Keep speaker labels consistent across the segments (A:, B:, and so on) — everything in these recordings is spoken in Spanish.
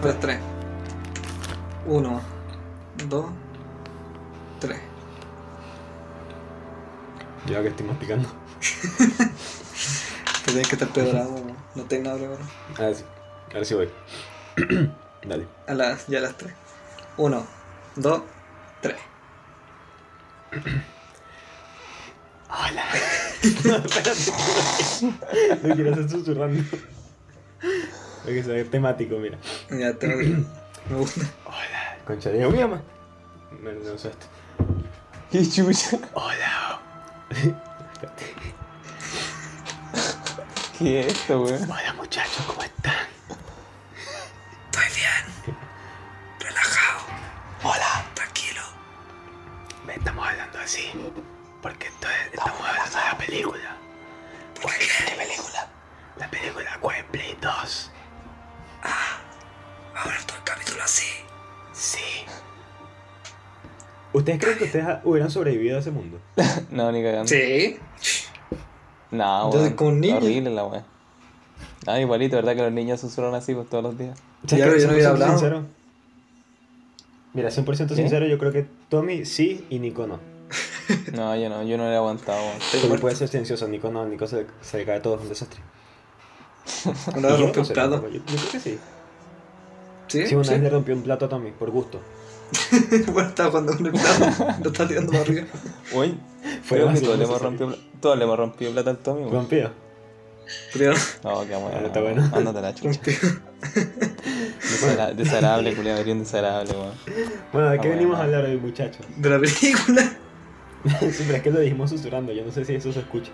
A: Pues tres. Uno, dos, tres.
B: Ya que estoy masticando.
A: Que tenés que estar preparado, weón. No tengo nada preparado.
B: A ver si, a ver si voy. Dale.
A: A las, ya a las tres. Uno, dos, tres.
B: Hola. no, espérate. Lo quiero hacer susurrando. Hay que saber temático, mira.
A: Ya te Me gusta.
B: Hola. Concha de mi mamá. Me lo usaste.
C: ¿Qué chucha?
B: Hola.
C: ¿Qué es esto, weón?
B: Hola muchachos, ¿cómo están?
A: Estoy bien. Relajado.
B: Hola.
A: Tranquilo.
B: Me estamos hablando así. Porque esto es- estamos hablando de la película.
A: ¿Qué película?
B: La película Quiet Play 2.
A: Ahora todo el capítulo así.
B: Sí. ¿Ustedes creen que ustedes hubieran sobrevivido a ese mundo?
C: No, ni cagando.
A: Sí.
C: No,
A: Yo soy
C: weón.
A: como un niño.
C: Horrible la weón. Ah, igualito, ¿verdad? Que los niños susurran así pues, todos los días.
A: Ya, pero yo no
B: 100%
A: hubiera hablado.
B: sincero. Mira, 100% sincero, yo creo que Tommy sí y Nico no.
C: No, yo no, yo no le he aguantado, weón.
B: Tommy puede ser silencioso, Nico no, Nico se, se le cae todo, es un desastre.
A: Una
B: Y
A: vez
B: yo
A: rompió
B: no
A: un
B: sé,
A: plato.
B: tampoco, Yo, yo creo que sí.
A: Sí,
B: Sí, una
A: sí.
B: vez le rompió un plato a Tommy, por gusto.
A: Bueno, estaba jugando con el plato. Lo estaba tirando para arriba.
C: Uy,
B: Fue
C: creo que
B: demasiado
C: todos le hemos
B: necesario.
C: rompido, pla- todos le hemos rompido plata al Tommy, weón.
B: Rompido.
A: Pero
C: No, qué bueno.
B: Ah, está bueno.
C: Ándate a la chucha.
A: rompió.
C: Desara- desagradable, culiado, eres un desagradable, weón.
B: Bueno, ¿de
C: Ah,
B: qué
C: bueno.
B: venimos a hablar hoy, muchachos?
A: De la película.
B: sí, pero es que lo dijimos susurrando, yo no sé si eso se escucha.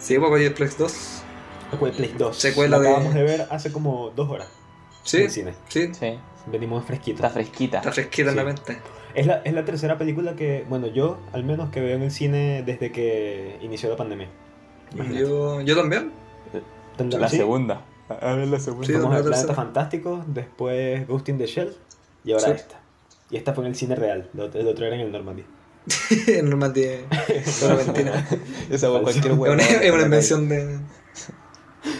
A: Sí, pues, Poco Plex 2.
B: Ocupe Play 2.
A: Secuela
B: lo
A: de-
B: acabamos de ver hace como dos horas en
A: Sí.
B: el cine.
A: Sí.
C: Sí,
B: Venimos fresquitos.
C: está fresquita.
A: Está fresquita en
B: Sí.
A: la mente.
B: Es la, es la tercera película que, bueno, yo al menos que veo en el cine desde que inició la pandemia. Imagínate.
A: Yo, yo también.
B: Tanto
C: La
B: así,
C: segunda. A ver la segunda.
A: Sí,
B: Vamos
A: la
B: al Planeta
A: tercera.
B: Fantástico, después Ghost in the Shell y ahora
A: Sí.
B: esta. Y esta fue en el cine real, lo- el otro era en el Normandy.
A: en Normandía. Es una mentira.
C: Esa fue cualquier
A: Es
C: huevo.
A: una, es una invención de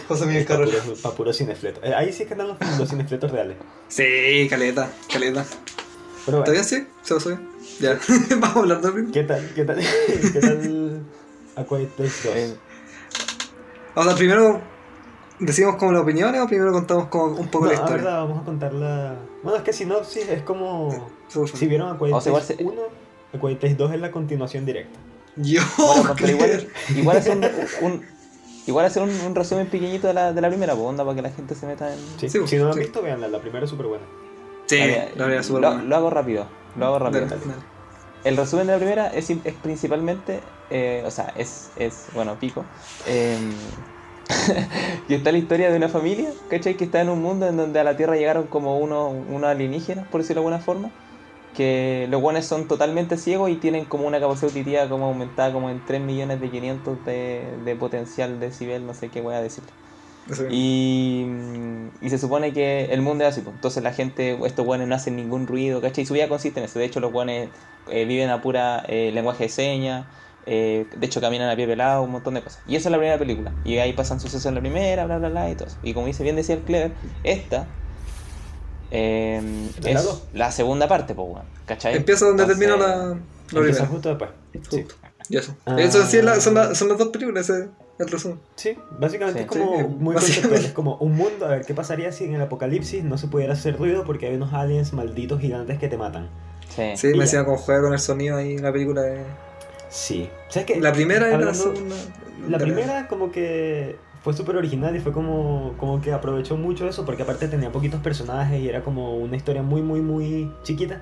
A: José Miguel
B: Para
A: Carrera.
B: puro, pa' puro cinefleto. Eh, Ahí sí es que andan los, los cinefletos reales.
A: Sí, caleta, caleta.
B: Pero
A: ¿Está
B: bueno,
A: bien, sí? ¿Se lo soy? Ya. Vamos a hablar de película.
B: ¿qué tal? ¿Qué tal? ¿Qué tal? A Quiet Place 2.
C: Eh,
A: Eh, O sea, primero decimos como las opiniones o primero contamos como un poco
B: No,
A: la
B: la
A: historia.
B: verdad, vamos a contarla. Bueno, es que sinopsis es como.
A: Por favor.
B: Si vieron a Quiet
C: O sea, igual
B: Place
C: se-
B: 1, a Quiet Place 2 es la continuación directa.
A: Yo,
C: Bueno, pero igual,
A: Claire.
C: igual hacer un, un- igual hacer un, un resumen pequeñito de la, de la primera pues, onda para que la gente se meta en.
B: Sí,
A: Sí,
B: si no la han
A: sí.
B: visto, veanla, la primera es súper buena.
A: Sí,
C: Dale,
A: la verdad, súper
C: lo,
A: buena.
C: lo hago rápido. Lo hago rápido.
A: Dale, dale.
C: El resumen de la primera es, es principalmente, eh, o sea, es, es bueno, pico. eh, y está la historia de una familia, ¿cachai? Que está en un mundo en donde a la Tierra llegaron como unos, unos alienígenas, por decirlo de alguna forma. Que los guanes son totalmente ciegos y tienen como una capacidad auditiva como aumentada como en 3 millones de 500 de, de potencial decibel, no sé qué voy a decir.
A: Eso bien.
C: Y, mm, y se supone que el mundo es así, pues. entonces la gente, estos guanes no hacen ningún ruido, ¿cachai? Y su vida consiste en eso. De hecho, los guanes eh, viven a pura eh, lenguaje de señas, eh, de hecho caminan a pie pelado, un montón de cosas. Y esa es la primera película. Y ahí pasan sucesos en la primera, bla, bla, bla, y todo eso. Y como dice bien decía el Clever, esta eh,
B: ¿De la
C: es
B: dos?
C: la segunda parte, pues, weón, ¿cachai?
A: Empieza donde
C: Entonces,
A: termina la, la
B: Empieza
A: primera.
B: justo después. Sí.
A: Justo. Y eso.
B: Ah.
A: Eso sí, es la- son, la- son las dos películas, ese es el resumen.
B: Sí, básicamente
C: Sí.
B: es como
A: Sí, básicamente.
B: muy conceptual, es como un mundo, a ver qué pasaría si en el apocalipsis no se pudiera hacer ruido porque hay unos aliens malditos gigantes que te matan.
C: Sí.
A: Sí,
B: Eh, Y
A: me
B: ya.
A: decían como juega con el sonido ahí en la película. De...
B: Sí. ¿Sabes qué?
A: La primera y la
B: Hablando-
A: segunda.
B: La primera como que fue súper original y fue como, como que aprovechó mucho eso porque aparte tenía poquitos personajes y era como una historia muy, muy, muy chiquita.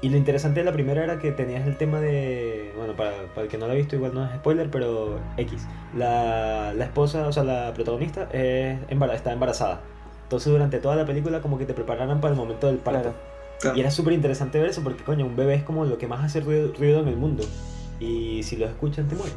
B: Y lo interesante de la primera era que tenías el tema de, bueno, para, para el que no la ha visto igual no es spoiler, pero X. La, la esposa, o sea, la protagonista es embara- está embarazada. Entonces durante toda la película como que te prepararan para el momento del parto.
C: Claro.
A: Claro.
B: Y era súper interesante ver eso porque, coño, un bebé es como lo que más hace ruido, ruido en el mundo. Y si lo escuchan, te mueres.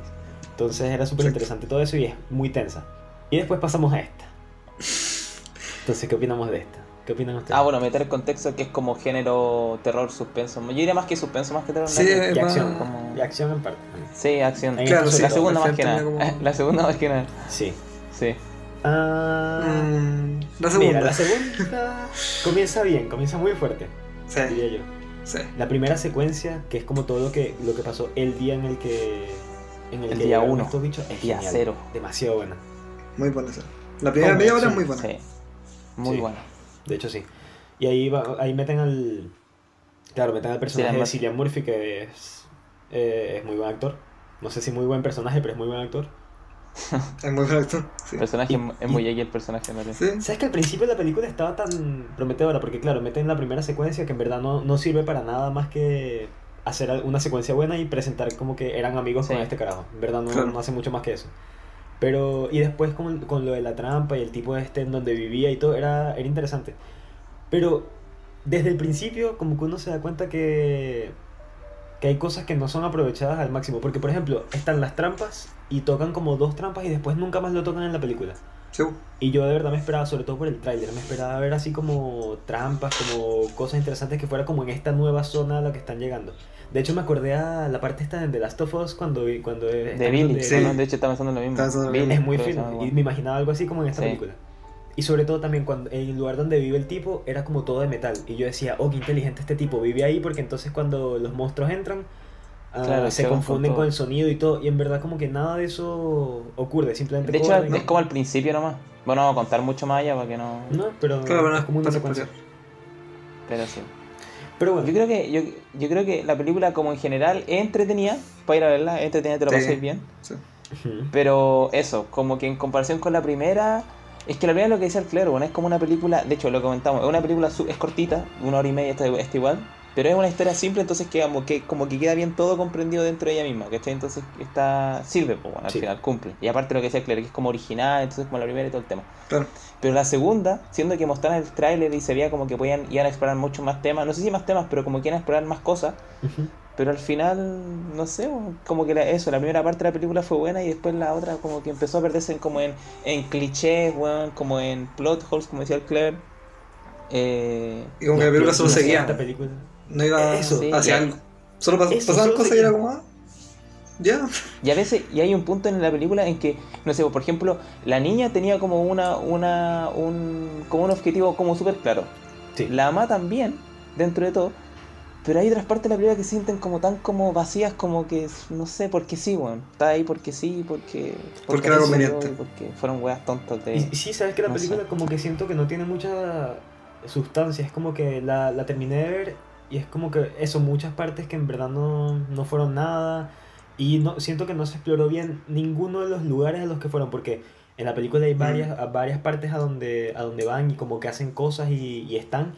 B: Entonces era súper interesante todo eso y es muy tensa. Y después pasamos a esta. Entonces, ¿qué opinamos de esta? ¿Qué opinan ustedes?
C: Ah, bueno, meter el contexto que es como género terror, suspenso. Yo diría más que suspenso, más que terror.
A: Sí, eh,
C: ¿no?
A: es
B: Y
A: más- mm,
B: acción,
C: como-
B: Y acción en parte.
C: Sí, acción.
B: Ahí
A: Claro,
B: está
A: sí.
C: la segunda más
A: Perfecto,
C: que nada.
A: mira cómo-
C: La segunda más que nada.
B: Sí.
C: Sí.
B: Ah,
A: Mm, la
B: mira,
A: segunda.
B: la segunda comienza bien, comienza muy fuerte,
A: Sí,
B: diría yo.
A: sí.
B: La primera secuencia, que es como todo lo que, lo que pasó el día en el que. En el,
C: El
B: que
C: día
B: llegaron
C: uno,
B: Estos bichos es
C: día
B: genial,
C: cero.
B: Demasiado buena.
A: Muy buena esa. La primera
B: Hombre,
A: media hora
B: sí,
A: es muy buena.
C: Sí, muy
B: Sí.
C: bueno.
B: De hecho, sí. Y ahí, va, ahí meten al. Claro, meten al personaje
C: Cillian
B: de
C: Murphy.
B: Cillian Murphy, que es, eh, es muy buen actor. No sé si muy buen personaje, pero es muy buen actor.
A: Es muy buena actor. Sí.
C: El personaje
B: Y-
C: es muy aquí el personaje Martín.
A: Sí.
B: ¿Sabes que al principio la película estaba tan prometedora? Porque, claro, meten la primera secuencia que en verdad no, no sirve para nada más que hacer al- una secuencia buena y presentar como que eran amigos
C: Sí.
B: con este carajo. En verdad no,
A: Claro.
B: no hace mucho más que eso. Pero, y después con, con lo de la trampa y el tipo este en donde vivía y todo, era, era interesante. Pero desde el principio, como que uno se da cuenta que, que hay cosas que no son aprovechadas al máximo. Porque, por ejemplo, están las trampas y tocan como dos trampas y después nunca más lo tocan en la película.
A: Sí.
B: Y yo de verdad me esperaba, sobre todo por el tráiler, me esperaba ver así como trampas, como cosas interesantes que fuera como en esta nueva zona a la que están llegando. De hecho me acordé a la parte esta de The Last of Us cuando vi- cuando están
C: De Billy,
B: donde-
A: Sí.
C: bueno, de hecho está pensando en lo mismo.
A: Estaba pensando en lo
C: Billy,
B: es muy
C: creo que se
B: fino
C: llama
B: y
C: el
B: me imaginaba algo así como en esta
C: Sí.
B: película. Y sobre todo también cuando el lugar donde vive el tipo era como todo de metal y yo decía, "Oh, qué inteligente este tipo, vive ahí porque entonces cuando los monstruos entran ah,
C: Claro,
B: se
C: chocan con
B: confunden con,
C: todo.
B: el sonido y todo, y en verdad como que nada de eso ocurre,
C: guan.
B: simplemente
C: De hecho
B: corren.
C: es como al principio nomás. Bueno, vamos a contar mucho más allá porque no...
B: no, pero
A: Claro, bueno,
B: es como una
A: para
B: secuencia.
C: Pero sí.
B: Pero
C: Yo
B: bueno,
C: creo que yo, yo creo que la película como en general es entretenida, para ir a verla, es entretenida, te lo
A: Sí.
C: pasáis bien.
A: Sí.
B: Ujú.
C: Pero eso, como que en comparación con la primera, es que la primera es lo que dice el Claire, bueno, es como una película, de hecho lo comentamos, es una película su- es cortita, una hora y media está, está igual, pero es una historia simple, entonces que como, que como que queda bien todo comprendido dentro de ella misma, ¿cachai? Entonces está, sirve, pues bueno, al
B: Sí.
C: final cumple. Y aparte lo que decía el Claire, que es como original, entonces como la primera y todo el tema.
A: Claro.
C: Pero la segunda, siendo que mostraron el tráiler y se veía como que podían, iban a explorar muchos más temas, no sé si más temas, pero como que iban a explorar más cosas,
B: Ujú.
C: pero al final, no sé, bo, como que la- eso, la primera parte de la película fue buena y después la otra como que empezó a perderse en, como en, en clichés, weón, como en plot holes, como decía el Claire. Eh,
A: Y como que la
B: No,
A: película
B: yo-
A: solo
B: yo no sé
A: seguía.
B: esta película.
A: No iba
B: Eso,
C: sí,
A: hacia
C: ya.
A: algo. Solo pas-
B: Eso,
A: pasaban
B: solo
A: cosas y
B: seguía.
A: era como. ah, Ya.
C: y a veces, y hay un punto en la película en que, no sé, bo, por ejemplo, la niña tenía como una, una, un, como un objetivo como súper claro.
B: Sí.
C: La ama también, dentro de todo. Pero hay otras partes de la película que se sienten como tan como vacías, como que no sé por qué sí, weón. Está ahí porque sí, porque.
A: Porque era
C: así se dio
A: conveniente.
C: y Porque fueron weas tontas de.
B: Y y sí, sabes que la
C: No sé.
B: película como que siento que no tiene mucha sustancia. Es como que la, la terminé de ver y es como que eso, muchas partes que en verdad no, no fueron nada. Y no, siento que no se exploró bien ninguno de los lugares a los que fueron, porque en la película hay varias, a varias partes a donde, a donde van y como que hacen cosas y, y están.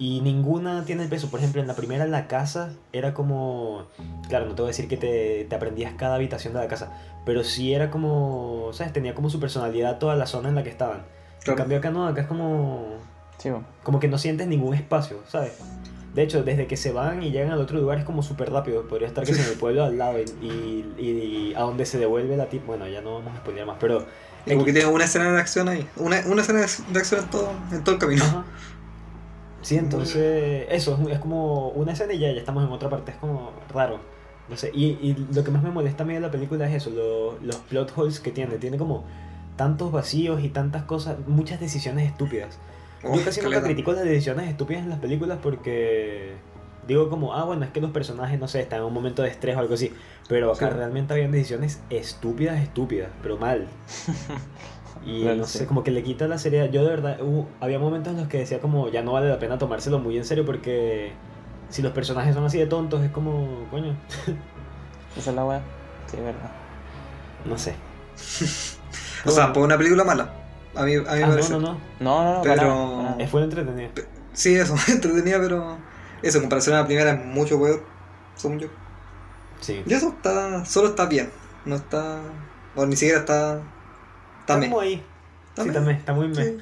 B: Y ninguna tiene el peso. Por ejemplo, en la primera, la casa era como. Claro, no te voy a decir que te, te aprendías cada habitación de la casa, pero sí era como. ¿Sabes? Tenía como su personalidad toda la zona en la que estaban. En
A: Claro.
B: cambio, acá no, acá es como.
C: Sí, weón.
B: Como que no sientes ningún espacio, ¿sabes? De hecho, desde que se van y llegan al otro lugar es como súper rápido. Podría estar que en el pueblo al lado y, y- y a donde se devuelve la tip. Bueno, ya no vamos a spoilear más, pero.
A: Y como que tiene una escena de acción ahí. Una, una escena de acción en todo, en todo el camino.
B: Ajá. Sí, entonces eso, es un- es como una escena y ya, ya estamos en otra parte, es como raro. No sé, y, y lo que más me molesta a mí de la película es eso, lo- los plot holes que tiene. Tiene como tantos vacíos y tantas cosas, muchas decisiones estúpidas.
A: Uy,
B: Yo casi nunca
A: caleta.
B: critico las decisiones estúpidas en las películas porque digo como, ah, bueno, es que los personajes, no sé, están en un momento de estrés o algo así. Pero acá
A: Sí.
B: realmente habían decisiones estúpidas, estúpidas, pero mal. Y
C: Claro,
B: no
C: sí.
B: sé, como que le quita la seriedad. Yo de verdad, hubo- había momentos en los que decía como, ya no vale la pena tomárselo muy en serio porque si los personajes son así de tontos es como, coño,
C: Esa es la wea. Sí, es verdad.
B: no sé.
A: O sea, por una película mala. A mí, a mí me
B: Ah,
A: parece.
B: no, no, no.
C: No, no, no, para
A: Pero-
C: nada, para nada.
B: Es fue entretenido.
A: Sí, eso, entretenida, pero. Eso, en comparación a la primera, es mucho peor. Según yo.
B: Sí.
A: Y eso está. Solo está bien. No está. O ni siquiera está. Está
B: Está
A: meh.
B: como ahí.
A: Está
B: Sí,
A: meh.
B: también, está muy meh.
A: Sí.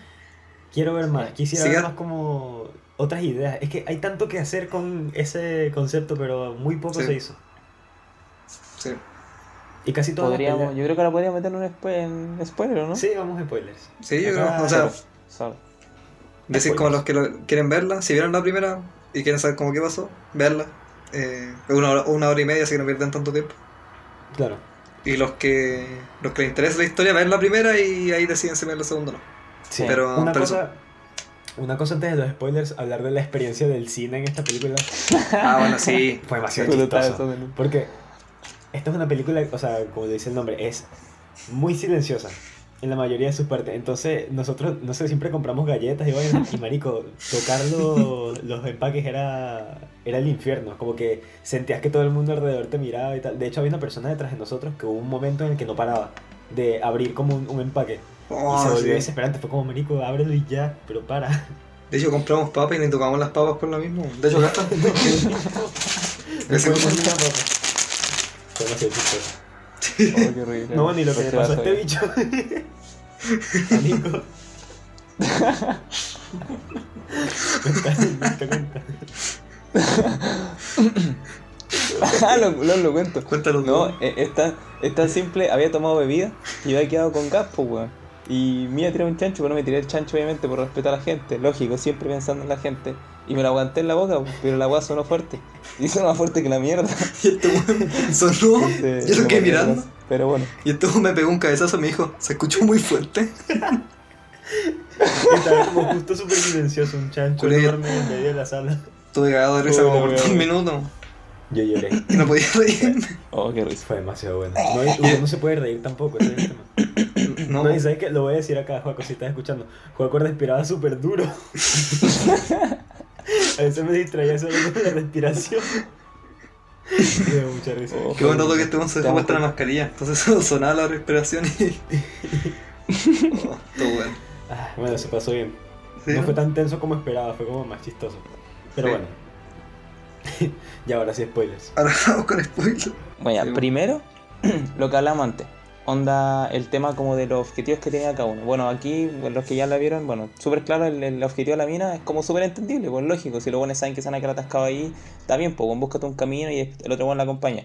B: Quiero ver más, quisiera
A: Siga-
B: ver más como otras ideas. Es que hay tanto que hacer con ese concepto, pero muy poco
A: Sí.
B: se hizo.
A: Sí.
B: Y casi todas las
C: Podríamos,
B: peleas-
C: yo creo que la podríamos meter en un spo- en spoiler, ¿o ¿no?
B: Sí, vamos a spoilers.
A: Sí, yo
B: Acá-
A: creo. O sea,
C: Sorry.
A: decir como los que lo- quieren verla, si vieron la primera y quieren saber cómo qué pasó, verla. Eh, una, hora, una hora y media, así que no pierdan tanto tiempo.
B: Claro.
A: Y los que, los que les interesa la historia ven la primera y ahí deciden si ven la segunda o no.
B: Sí,
A: Pero-
B: una,
A: pero
B: cosa, una cosa antes de los spoilers, hablar de la experiencia del cine en esta película
A: Ah, bueno, sí.
B: fue demasiado
C: Brutal
B: chistoso.
C: eso, men.
B: Porque esta es una película, o sea, como dice el nombre, es muy silenciosa en la mayoría de sus partes. Entonces, nosotros, no sé, siempre compramos galletas y vainas. Y marico, tocar lo- los empaques era, era el infierno. Como que sentías que todo el mundo alrededor te miraba y tal. De hecho, había una persona detrás de nosotros que hubo un momento en el que no paraba de abrir como un, un empaque.
A: Oh,
B: y se volvió
A: sí.
B: desesperante. Fue como, marico, ábrelo y ya, pero para.
A: De hecho, compramos papas y ni tocamos las papas por lo mismo. De hecho, gastan.
B: No
A: Ese-
B: puedo comer una papa. Fue demasiado chistoso.
C: Oh, qué horrible.
B: No, ni lo que le
C: Porque
B: pasó a
C: vas
B: este
C: ver.
B: bicho. Amigo. Cuenta, cuenta, cuenta.
C: Ah, lo, lo, lo cuento.
A: Cuéntalo tú.
C: No, eh, es tan, es tan simple, había tomado bebida y había quedado con gas, pues, weón. Y me iba a tirar un chancho, pero no me tiré el chancho, obviamente, por respeto a la gente. Lógico, siempre pensando en la gente. Y me lo aguanté en la boca, pues, pero la agua sonó fuerte. Y sonó más fuerte que la mierda.
A: Y este weón sonó.
C: Este,
A: Yo lo
C: me
A: quedé
C: morí de
A: mirando.
C: gas. Pero bueno.
A: Y este weón me pegó un cabezazo y me dijo, se escuchó muy fuerte.
B: Estaba como justo súper silencioso, un chancho
A: Colega.
B: enorme en medio de la sala.
A: Estuve cagado de risa
C: Uy,
A: como
C: la
A: por
C: wea.
A: un minuto.
B: Yo lloré.
A: Y no podía reírme.
C: Oh, qué risa.
B: Fue demasiado bueno. No, y uno no se puede reír tampoco, ese es el tema.
A: Eh. No,
B: No, y sabes que lo voy a decir acá, Juaco, si estás escuchando. Juaco respiraba súper duro. A veces me distraía solo con la respiración. Me dio mucha risa.
C: Oh.
A: qué buen rato que este weón se dejó puesta la mascarilla. Entonces sonaba la respiración y. Oh, todo bueno.
B: Ah, bueno, se pasó bien.
A: Sí,
B: No
A: ¿no?
B: fue tan tenso como esperaba, fue como más chistoso. Pero
A: Sí.
B: bueno. ya ahora sí, spoilers.
A: Ahora vamos con spoiler.
C: Bueno,
A: Sí.
C: ya, primero, lo que hablamos antes. Onda, el tema como de los objetivos que tenía cada uno. Bueno, aquí, bueno, los que ya la vieron, bueno, súper claro, el, el objetivo de la mina es como súper entendible, pues lógico. Si los buenos saben que se van a quedar atascados ahí, está bien, pues bueno, búscate un camino y el otro bueno la acompaña.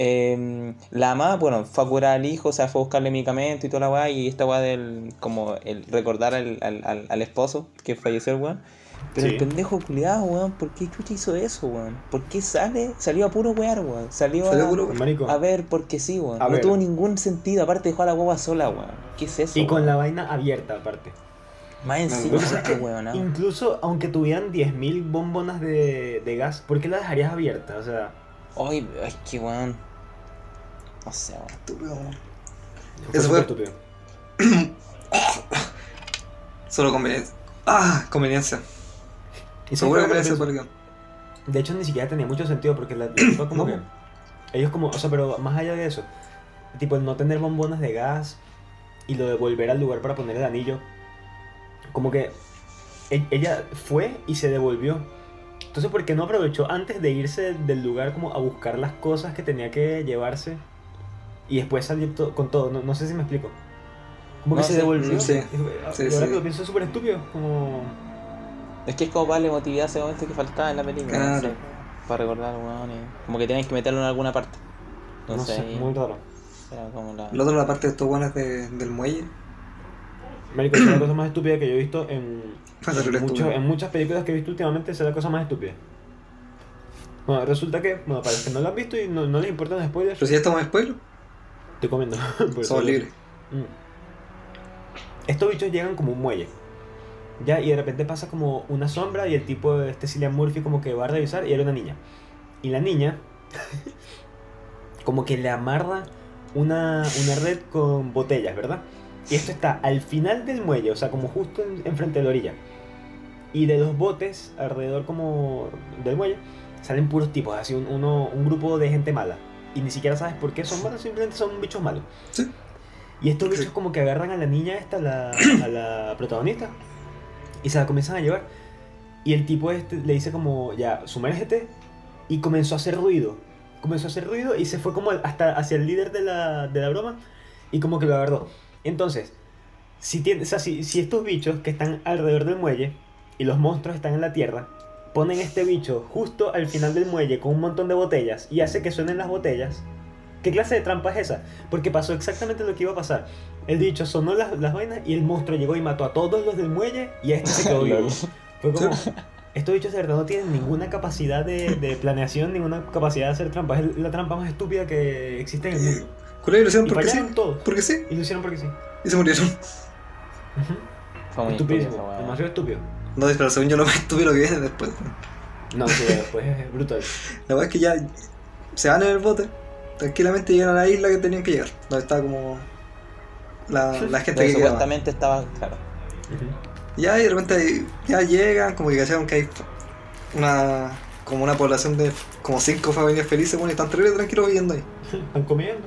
C: Eh, la mamá, bueno, fue a curar al hijo, o sea, fue a buscarle medicamento y toda la weá, y esta weá del, como el recordar al, al, al- al esposo que falleció el weón. Pero el
B: Sí.
C: pendejo culiado, weón, ¿por qué chucha hizo eso, weón? ¿Por qué sale? Salió a puro wear, weón. Salió,
A: Salió
C: a,
A: puro
B: Marico.
C: a ver, porque sí, weón.
B: A
C: No
B: ver.
C: tuvo ningún sentido. Aparte dejó a la guagua sola, weón. ¿Qué es eso?
B: Y con
C: weón?
B: la vaina abierta, aparte.
C: Más encima,
A: Entonces,
C: este weón, ah.
B: Incluso aunque tuvieran 10.000 bombonas de, de gas, ¿por qué la dejarías abierta? O sea,
C: Ay, es que weón. No sé, weón.
A: Estúpido, weón.
B: fue
A: Eso fue-
B: súper estúpido.
A: Solo conveniencia. Ah, conveniencia.
B: Y
A: Seguro
B: siempre
A: conveniencia
B: lo
A: por el
B: pienso. De hecho, ni siquiera tenía mucho sentido porque la, la tipa como
A: No.
B: que. Ellos como. O sea, pero más allá de eso, tipo el no tener bombonas de gas y lo de volver al lugar para poner el anillo. Como que e- ella fue y se devolvió. Entonces, ¿por qué no aprovechó antes de irse del lugar como a buscar las cosas que tenía que llevarse y después salir to- con todo? No, no sé si me explico. Como que
C: No,
B: se
C: sí,
B: devolvió.
A: sí,
B: Y
A: sí,
B: ahora
A: sí.
B: que lo pienso es súper estúpido. Como...
C: Es que es como para la emotividad a ese momento que faltaba en la película. no
A: Claro.
C: sé, para recordar, weón. y- Como que tenías que meterlo en alguna parte.
B: No sé,
C: ahí
B: muy raro.
C: era como la...
A: El otro, la parte de estos guanes de- del muelle.
B: Marico, esa es la cosa más estúpida que yo he visto en,
A: Fue terrible
B: en, muchos-
A: estúpido.
B: en muchas películas que he visto últimamente. Esa es la cosa más estúpida. Bueno, resulta que, bueno, para los que no lo han visto y no, no les importan los spoilers,
A: Pero si ya estamos en spoiler,
B: estoy comiendo. por eso.
A: somos libres.
B: Mm. Estos bichos llegan como un muelle. Ya, y de repente pasa como una sombra y el tipo, este Cillian Murphy, como que va a revisar y era una niña. Y la niña, como que le amarra una, una red con botellas, ¿verdad? Y esto está al final del muelle, o sea, como justo en- enfrente de la orilla. Y de los botes alrededor como del muelle salen puros tipos, así un, uno- un grupo de gente mala. Y ni siquiera sabes por qué son malos, simplemente son bichos malos.
A: Sí.
B: Y estos
A: Sí.
B: bichos como que agarran a la niña esta, a la, a la protagonista, y se la comienzan a llevar. Y el tipo este le dice como, ya, sumérgete. Y comenzó a hacer ruido. Comenzó a hacer ruido y se fue como al- hasta hacia el líder de la, de la broma y como que lo agarró. Entonces, si, tiene, o sea, si, si estos bichos que están alrededor del muelle y los monstruos están en la tierra, ponen este bicho justo al final del muelle con un montón de botellas y hace que suenen las botellas, ¿qué clase de trampa es esa? Porque pasó exactamente lo que iba a pasar. El bicho sonó las, las vainas y el monstruo llegó y mató a todos los del muelle y a este se quedó vivo. Fue como, estos bichos de verdad no tienen ninguna capacidad de, de planeación, ninguna capacidad de hacer trampas. Es la trampa más estúpida que existe en el mundo.
A: Culeros lo hicieron
B: Y
A: porque sí.
B: fallaron todos.
A: Porque sí.
B: Y lo hicieron porque sí.
A: Y se murieron.
B: Ujú.
C: Fue muy estúpido esa
B: Estupidísimo,
C: weá.
B: demasiado estúpido.
A: No, pero según yo lo más estúpido que viene después.
B: No, sí, después es brutal.
A: La verdad es que ya se van en el bote, tranquilamente llegan a la isla que tenían que llegar, donde está como la, la gente
C: Pero
A: que quedaba.
C: supuestamente estaba, claro.
B: Ujú.
A: Ya y de repente ahí- ya llegan, como que cacharon que hay una como una población de como cinco familias felices, bueno, y están terrible tranquilos viviendo ahí.
B: Están comiendo.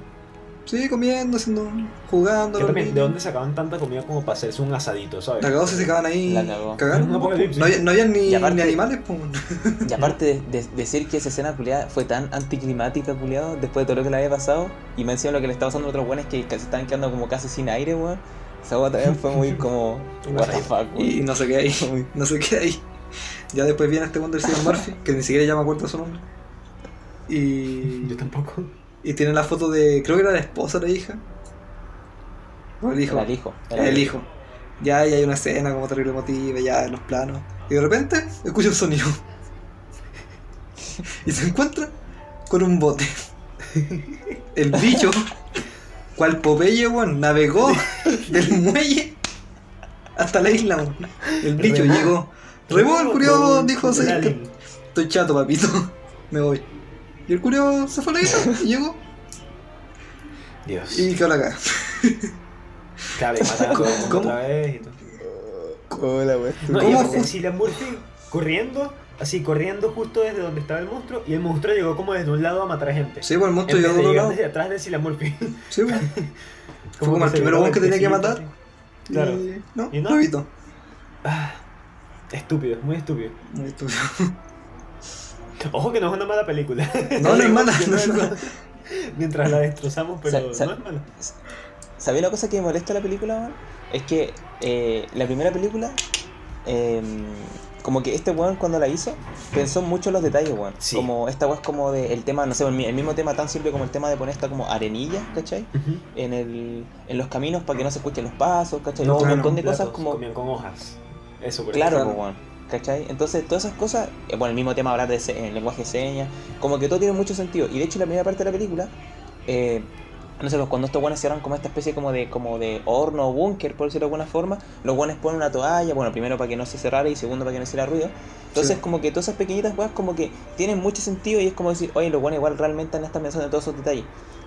A: Sí, comiendo, haciendo, jugando,
B: Que
A: los
B: también, ¿de
A: niños.
B: dónde sacaban tanta comida como para hacerse un asadito, sabes?
A: La cagó se secaban ahí,
C: La cagó.
A: cagaron.
B: Un
A: No,
B: apocalipsis.
A: había, no había ni,
C: Y aparte-
A: ni animales, pues.
C: Y aparte de, de- decir que esa escena culiada fue tan anticlimática, culiado, después de todo lo que le había pasado, y me encima lo que le estaba pasando a otros weones que se estaban quedando como casi sin aire, weón. Esa weá también fue muy como. What the fuck,
A: Y
C: weón.
A: no se queda ahí, no se queda ahí. Ya después viene este Wonder Steven Murphy, que ni siquiera ya me acuerdo su nombre. Y,
B: Yo tampoco.
A: y tiene la foto de, creo que era la esposa o la hija. O el hijo.
C: Era el hijo. era
A: El hijo. Ya y hay una escena como terrible emotiva, ya en los planos. Y de repente escucha un sonido. Y se encuentra con un bote. El bicho, cual Popeye, weón, navegó del muelle hasta la isla, weón. El bicho
B: Remó.
A: llegó. Remó el curioso, dijo, "Sí,
B: Dale.
A: estoy- estoy chato, papito, me voy. Y el curioso se fue a la isla y llegó
B: Dios.
A: y quedó la caga.
B: Claro, y matando
A: ¿Cómo?
B: otra vez y todo.
C: Hola, weón.
B: No,
A: ¿Cómo
B: y
A: fue?
B: aparte Cillian Murphy corriendo, así corriendo justo desde donde estaba el monstruo, y el monstruo llegó como desde un lado a matar a gente.
A: Sí, pues el monstruo
B: En
A: llegó de
B: vez de
A: otro
B: llegar
A: lado.
B: desde atrás de Cillian Murphy.
A: Sí, pues. weón. Fue
B: Como
A: como el
B: se
A: primero
B: vio
A: que tenía que
B: Cillian
A: matar.
B: Murphy. Claro.
A: Y- no,
B: ¿Y no?
A: lo evitó.
B: Ah, estúpido, muy estúpido.
A: Muy estúpido.
B: Ojo que no es una mala película.
A: No, no es mala, no es mala.
B: Mientras la destrozamos, pero
C: Sa- sa-
B: no es mala.
C: ¿Sabéis la cosa que me molesta de la película, weón? Es que eh, la primera película, eh, como que este weón cuando la hizo, pensó mucho en los detalles, weón.
B: Sí.
C: Como esta weón es como de, el tema, no sé, el mi- el mismo tema tan simple como el tema de poner esta como arenilla, ¿cachai?
B: Ujú.
C: En, el, en los caminos para que no se escuchen los pasos, ¿cachai?
B: No
C: Luego un
A: comían
C: montón de
B: Platos,
C: cosas como...
B: Comían con hojas. Eso, por
C: Claro,
A: Claro.
C: po, weón, ¿Cachai? Entonces, todas esas cosas, eh, bueno, el mismo tema hablar de se- eh, lenguaje de señas, como que todo tiene mucho sentido. Y de hecho, la primera parte de la película, eh, no sé, pues, cuando estos guanes cierran como esta especie como de como de horno o búnker, por decirlo de alguna forma, los guanes ponen una toalla, bueno, primero para que no se cerrara y segundo para que no hiciera ruido. Entonces,
A: Sí.
C: como que todas esas pequeñitas weas, como que tienen mucho sentido y es como decir, oye, los guanes igual realmente han estado pensando en todos esos detalles.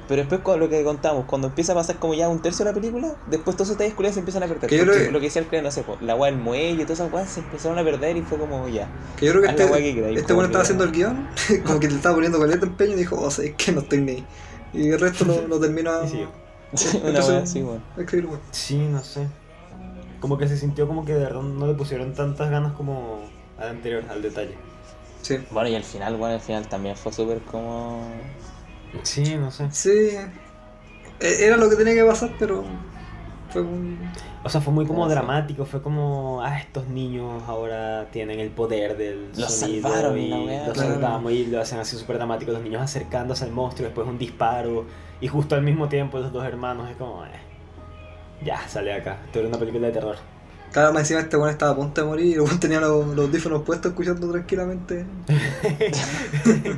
C: Pero después, con lo que contamos, cuando empieza a pasar como ya un tercio de la película, después todos esos detalles culiados se empiezan a perder.
A: Que yo
C: Porque
A: creo-
C: Lo que decía el clan, no sé, po, la weá del muelle y todas esas weas se empezaron a perder y fue como ya.
A: Que yo creo que
C: Haz la weá que
A: este,
C: queráis,
A: este bueno estaba haciendo
C: culiao.
A: el guión, como que le estaba poniendo coleta empeño y dijo, oh, sé que no estoy ni ahí. Y el resto lo, lo termina
B: Y siguió.
C: Una
A: Entonces-
C: wea así, weón.
A: a escribir, weón.
B: Sí, no sé. Como que se sintió como que de verdad no le pusieron tantas ganas como al anterior, al detalle.
A: Sí.
C: Bueno, y al final, bueno, al final también fue súper como.
B: Sí, no sé.
A: Sí. E- Era lo que tenía que pasar, pero fue un...
B: O sea, fue muy como
C: No sé.
B: dramático, fue como, ah, estos niños ahora tienen el poder del
C: Los
B: sonido
C: salvaron y
B: y
C: la weá,
B: los
A: claro.
B: salvamos y lo hacen así súper dramático, los niños acercándose al monstruo, después un disparo y justo al mismo tiempo los dos hermanos, es como, eh, ya, sale de acá, esto era una película de terror.
A: Claro, más encima este bueno estaba a punto de morir y el weón tenía los, los audífonos puestos escuchando tranquilamente.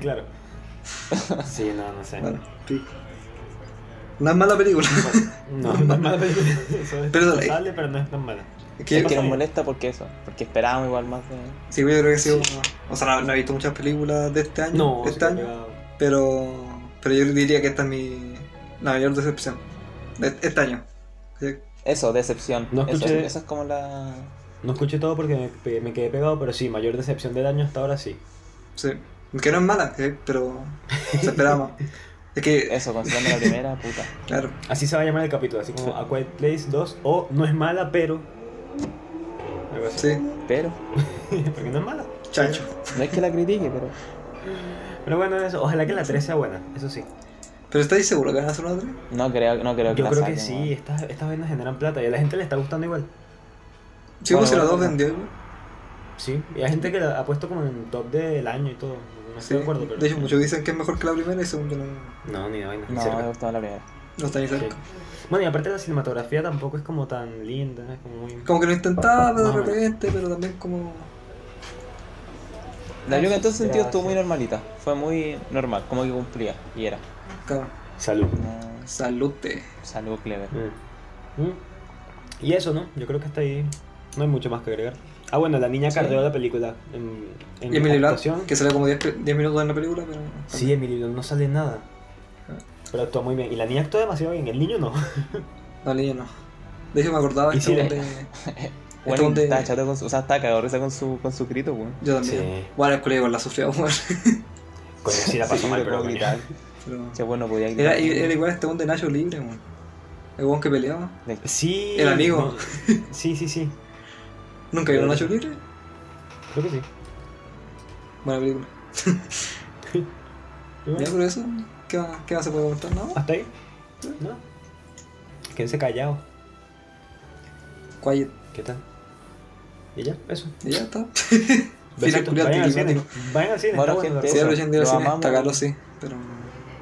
B: claro. Sí, no, no sé.
A: Bueno, sí. No es mala película.
B: No, no es mala película. Eso es
A: Pero dale.
B: pasable, pero no es tan mala.
A: Es
C: Es
A: que,
C: que
B: pasa
C: nos
B: bien.
C: molesta porque eso, porque esperábamos igual más de.
A: sí, yo creo que sí. O sea, no, no he visto muchas películas de este año.
B: No,
A: este año. Pero, pero yo diría que esta es mi la mayor decepción de este año. Sí.
C: Eso, decepción.
B: No
C: eso,
B: escuché-
C: eso es como la.
B: no escuché todo porque me, pe- me quedé pegado, pero sí, mayor decepción del año hasta ahora sí.
A: sí. Que no es mala, sí, pero se esperaba más. Es que,
C: Eso, considerando la primera, puta.
A: claro,
B: Así se va a llamar el capítulo, así como A Quiet Place 2 o No es mala, pero. Algo así.
A: sí,
C: Pero,
B: porque no es mala.
A: chancho.
C: no es que la critique, pero.
B: Pero bueno, eso, ojalá que la 3 sea buena, eso sí.
A: ¿Pero estáis seguro que van a hacer una 3?
C: No creo, no creo que
B: Yo
C: la
B: creo que
C: saquen,
B: sí,
C: weón.
B: estas, estas vainas generan plata y a la gente le está gustando igual.
A: Sí, pues si la
C: Bueno,
A: 2
C: bueno.
A: vendió igual.
B: Sí, y hay gente que la ha puesto como en top del año y todo. No
A: Sí.
B: estoy de acuerdo, pero.
A: De hecho, muchos dicen que es mejor que la primera y según yo no,
B: No, ni de vaina. ni
C: No,
B: cerca.
C: me gustó la primera.
A: no está ni cerca.
B: Sí. Bueno, y aparte la cinematografía tampoco es como tan linda, es como muy...
A: Como que lo intentaba de
B: Más o menos.
A: repente, pero también como...
C: La película en todo sentido estuvo muy
B: Gracias.
C: normalita, fue muy normal, como que cumplía y era.
A: Claro.
B: Salud.
C: No-
A: Salute.
C: Salud, Clever.
B: Mm. Mm. Y eso, ¿no? Yo creo que hasta ahí no hay mucho más que agregar. Ah, bueno, la niña
A: Sí.
B: cardeó la película en, en
A: Y Emily Blunt,
B: actuación.
A: que sale como 10 pe- 10 minutos en la película, pero.
B: Sí, Emily Blunt no sale nada.
A: Ah.
B: Pero actúa muy bien. Y la niña actúa demasiado bien, el niño no.
A: No, niño, no. De hecho, me acordaba
B: Y
A: este
B: sí,
A: weón
C: le-
A: de-
C: Bueno,
A: donde-
C: está chato con su. O sea, está cagado de risa con su, con su grito, weón.
A: Yo también.
B: Sí.
A: Bueno, el colega igual la sufrió, weón.
B: Coño, sí la pasó
C: Sí,
B: mal,
C: le
B: pero
C: puedo
B: coño.
C: gritar.
A: Pero-
C: Che, bueno, podía
A: Era,
C: gritar.
A: era igual este weón de Nacho Libre, weón. El weón que peleaba.
B: Sí.
A: El amigo.
B: no. Sí, sí, sí.
A: ¿Nunca vieron Nacho Libre?
B: Creo que sí.
A: Buena película.
B: Y bueno,
A: Ya, por eso, ¿qué más, qué más se puede contar? ¿No?
C: Ah.
B: ¿Hasta ahí? ¿No? Quédense callados.
A: Quiet.
B: ¿Qué tal? Y ya, eso.
A: Y ya está. Final
B: Besitos.
A: culiado
B: Vayan al cine.
A: climático.
B: Vayan al cine.
C: Bueno,
B: Está bueno.
C: gente,
A: Sí,
C: Eso,
B: la cosa.
A: aprovechen de ir al
C: lo
A: cine.
C: amamos.
A: Está caro, sí. Pero.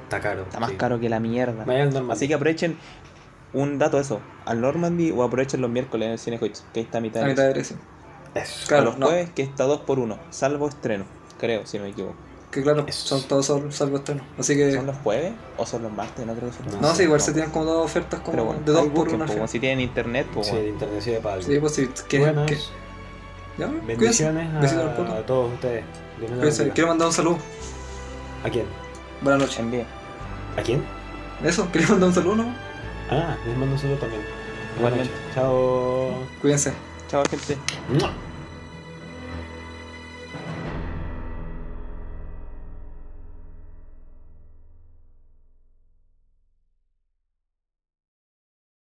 B: Está caro.
C: Está más
B: sí.
C: caro que la mierda.
B: Vayan al normal.
C: Así que aprovechen un dato eso, al Normandy o aprovechen los miércoles en el Cine Hoyts, que ahí está a mitad
A: A
C: de
A: mitad
C: precio.
A: de precio.
B: Eso.
C: O
A: Claro,
C: los
A: no.
C: jueves que está 2 por 1 salvo estreno, creo, si no me equivoco.
A: Que claro,
B: Eso.
A: son todos sal- salvo estreno. Así que.
C: ¿Son los jueves o son los martes? No creo que son los
A: No,
B: No,
C: martes.
A: sí, igual se tienen como dos ofertas
C: Pero
A: como
C: bueno,
A: de dos
C: ahí
A: por
C: busquen,
A: una.
C: pues,
A: oferta.
C: bueno, si tienen internet, pues
B: Sí,
C: bueno.
B: el internet sí de palo.
A: Sí, pues si quieren.
B: Bueno,
A: que-
B: eso.
A: Ya, cuídense.
B: Bendiciones
A: Besitos al
B: a,
A: poto.
B: a todos ustedes. Dios me lo
A: Cuídense.
B: bendiga.
A: Quiero mandar un saludo.
B: ¿A quién?
A: Buenas noches.
C: Envíen.
B: ¿A quién?
A: Eso, quería mandar un saludo, ¿no?
B: Ah, les mando un saludo también. Buenas
C: Igualmente.
B: noches. Chao.
A: Cuídense.
C: Chao, gente.
B: ¡Mua!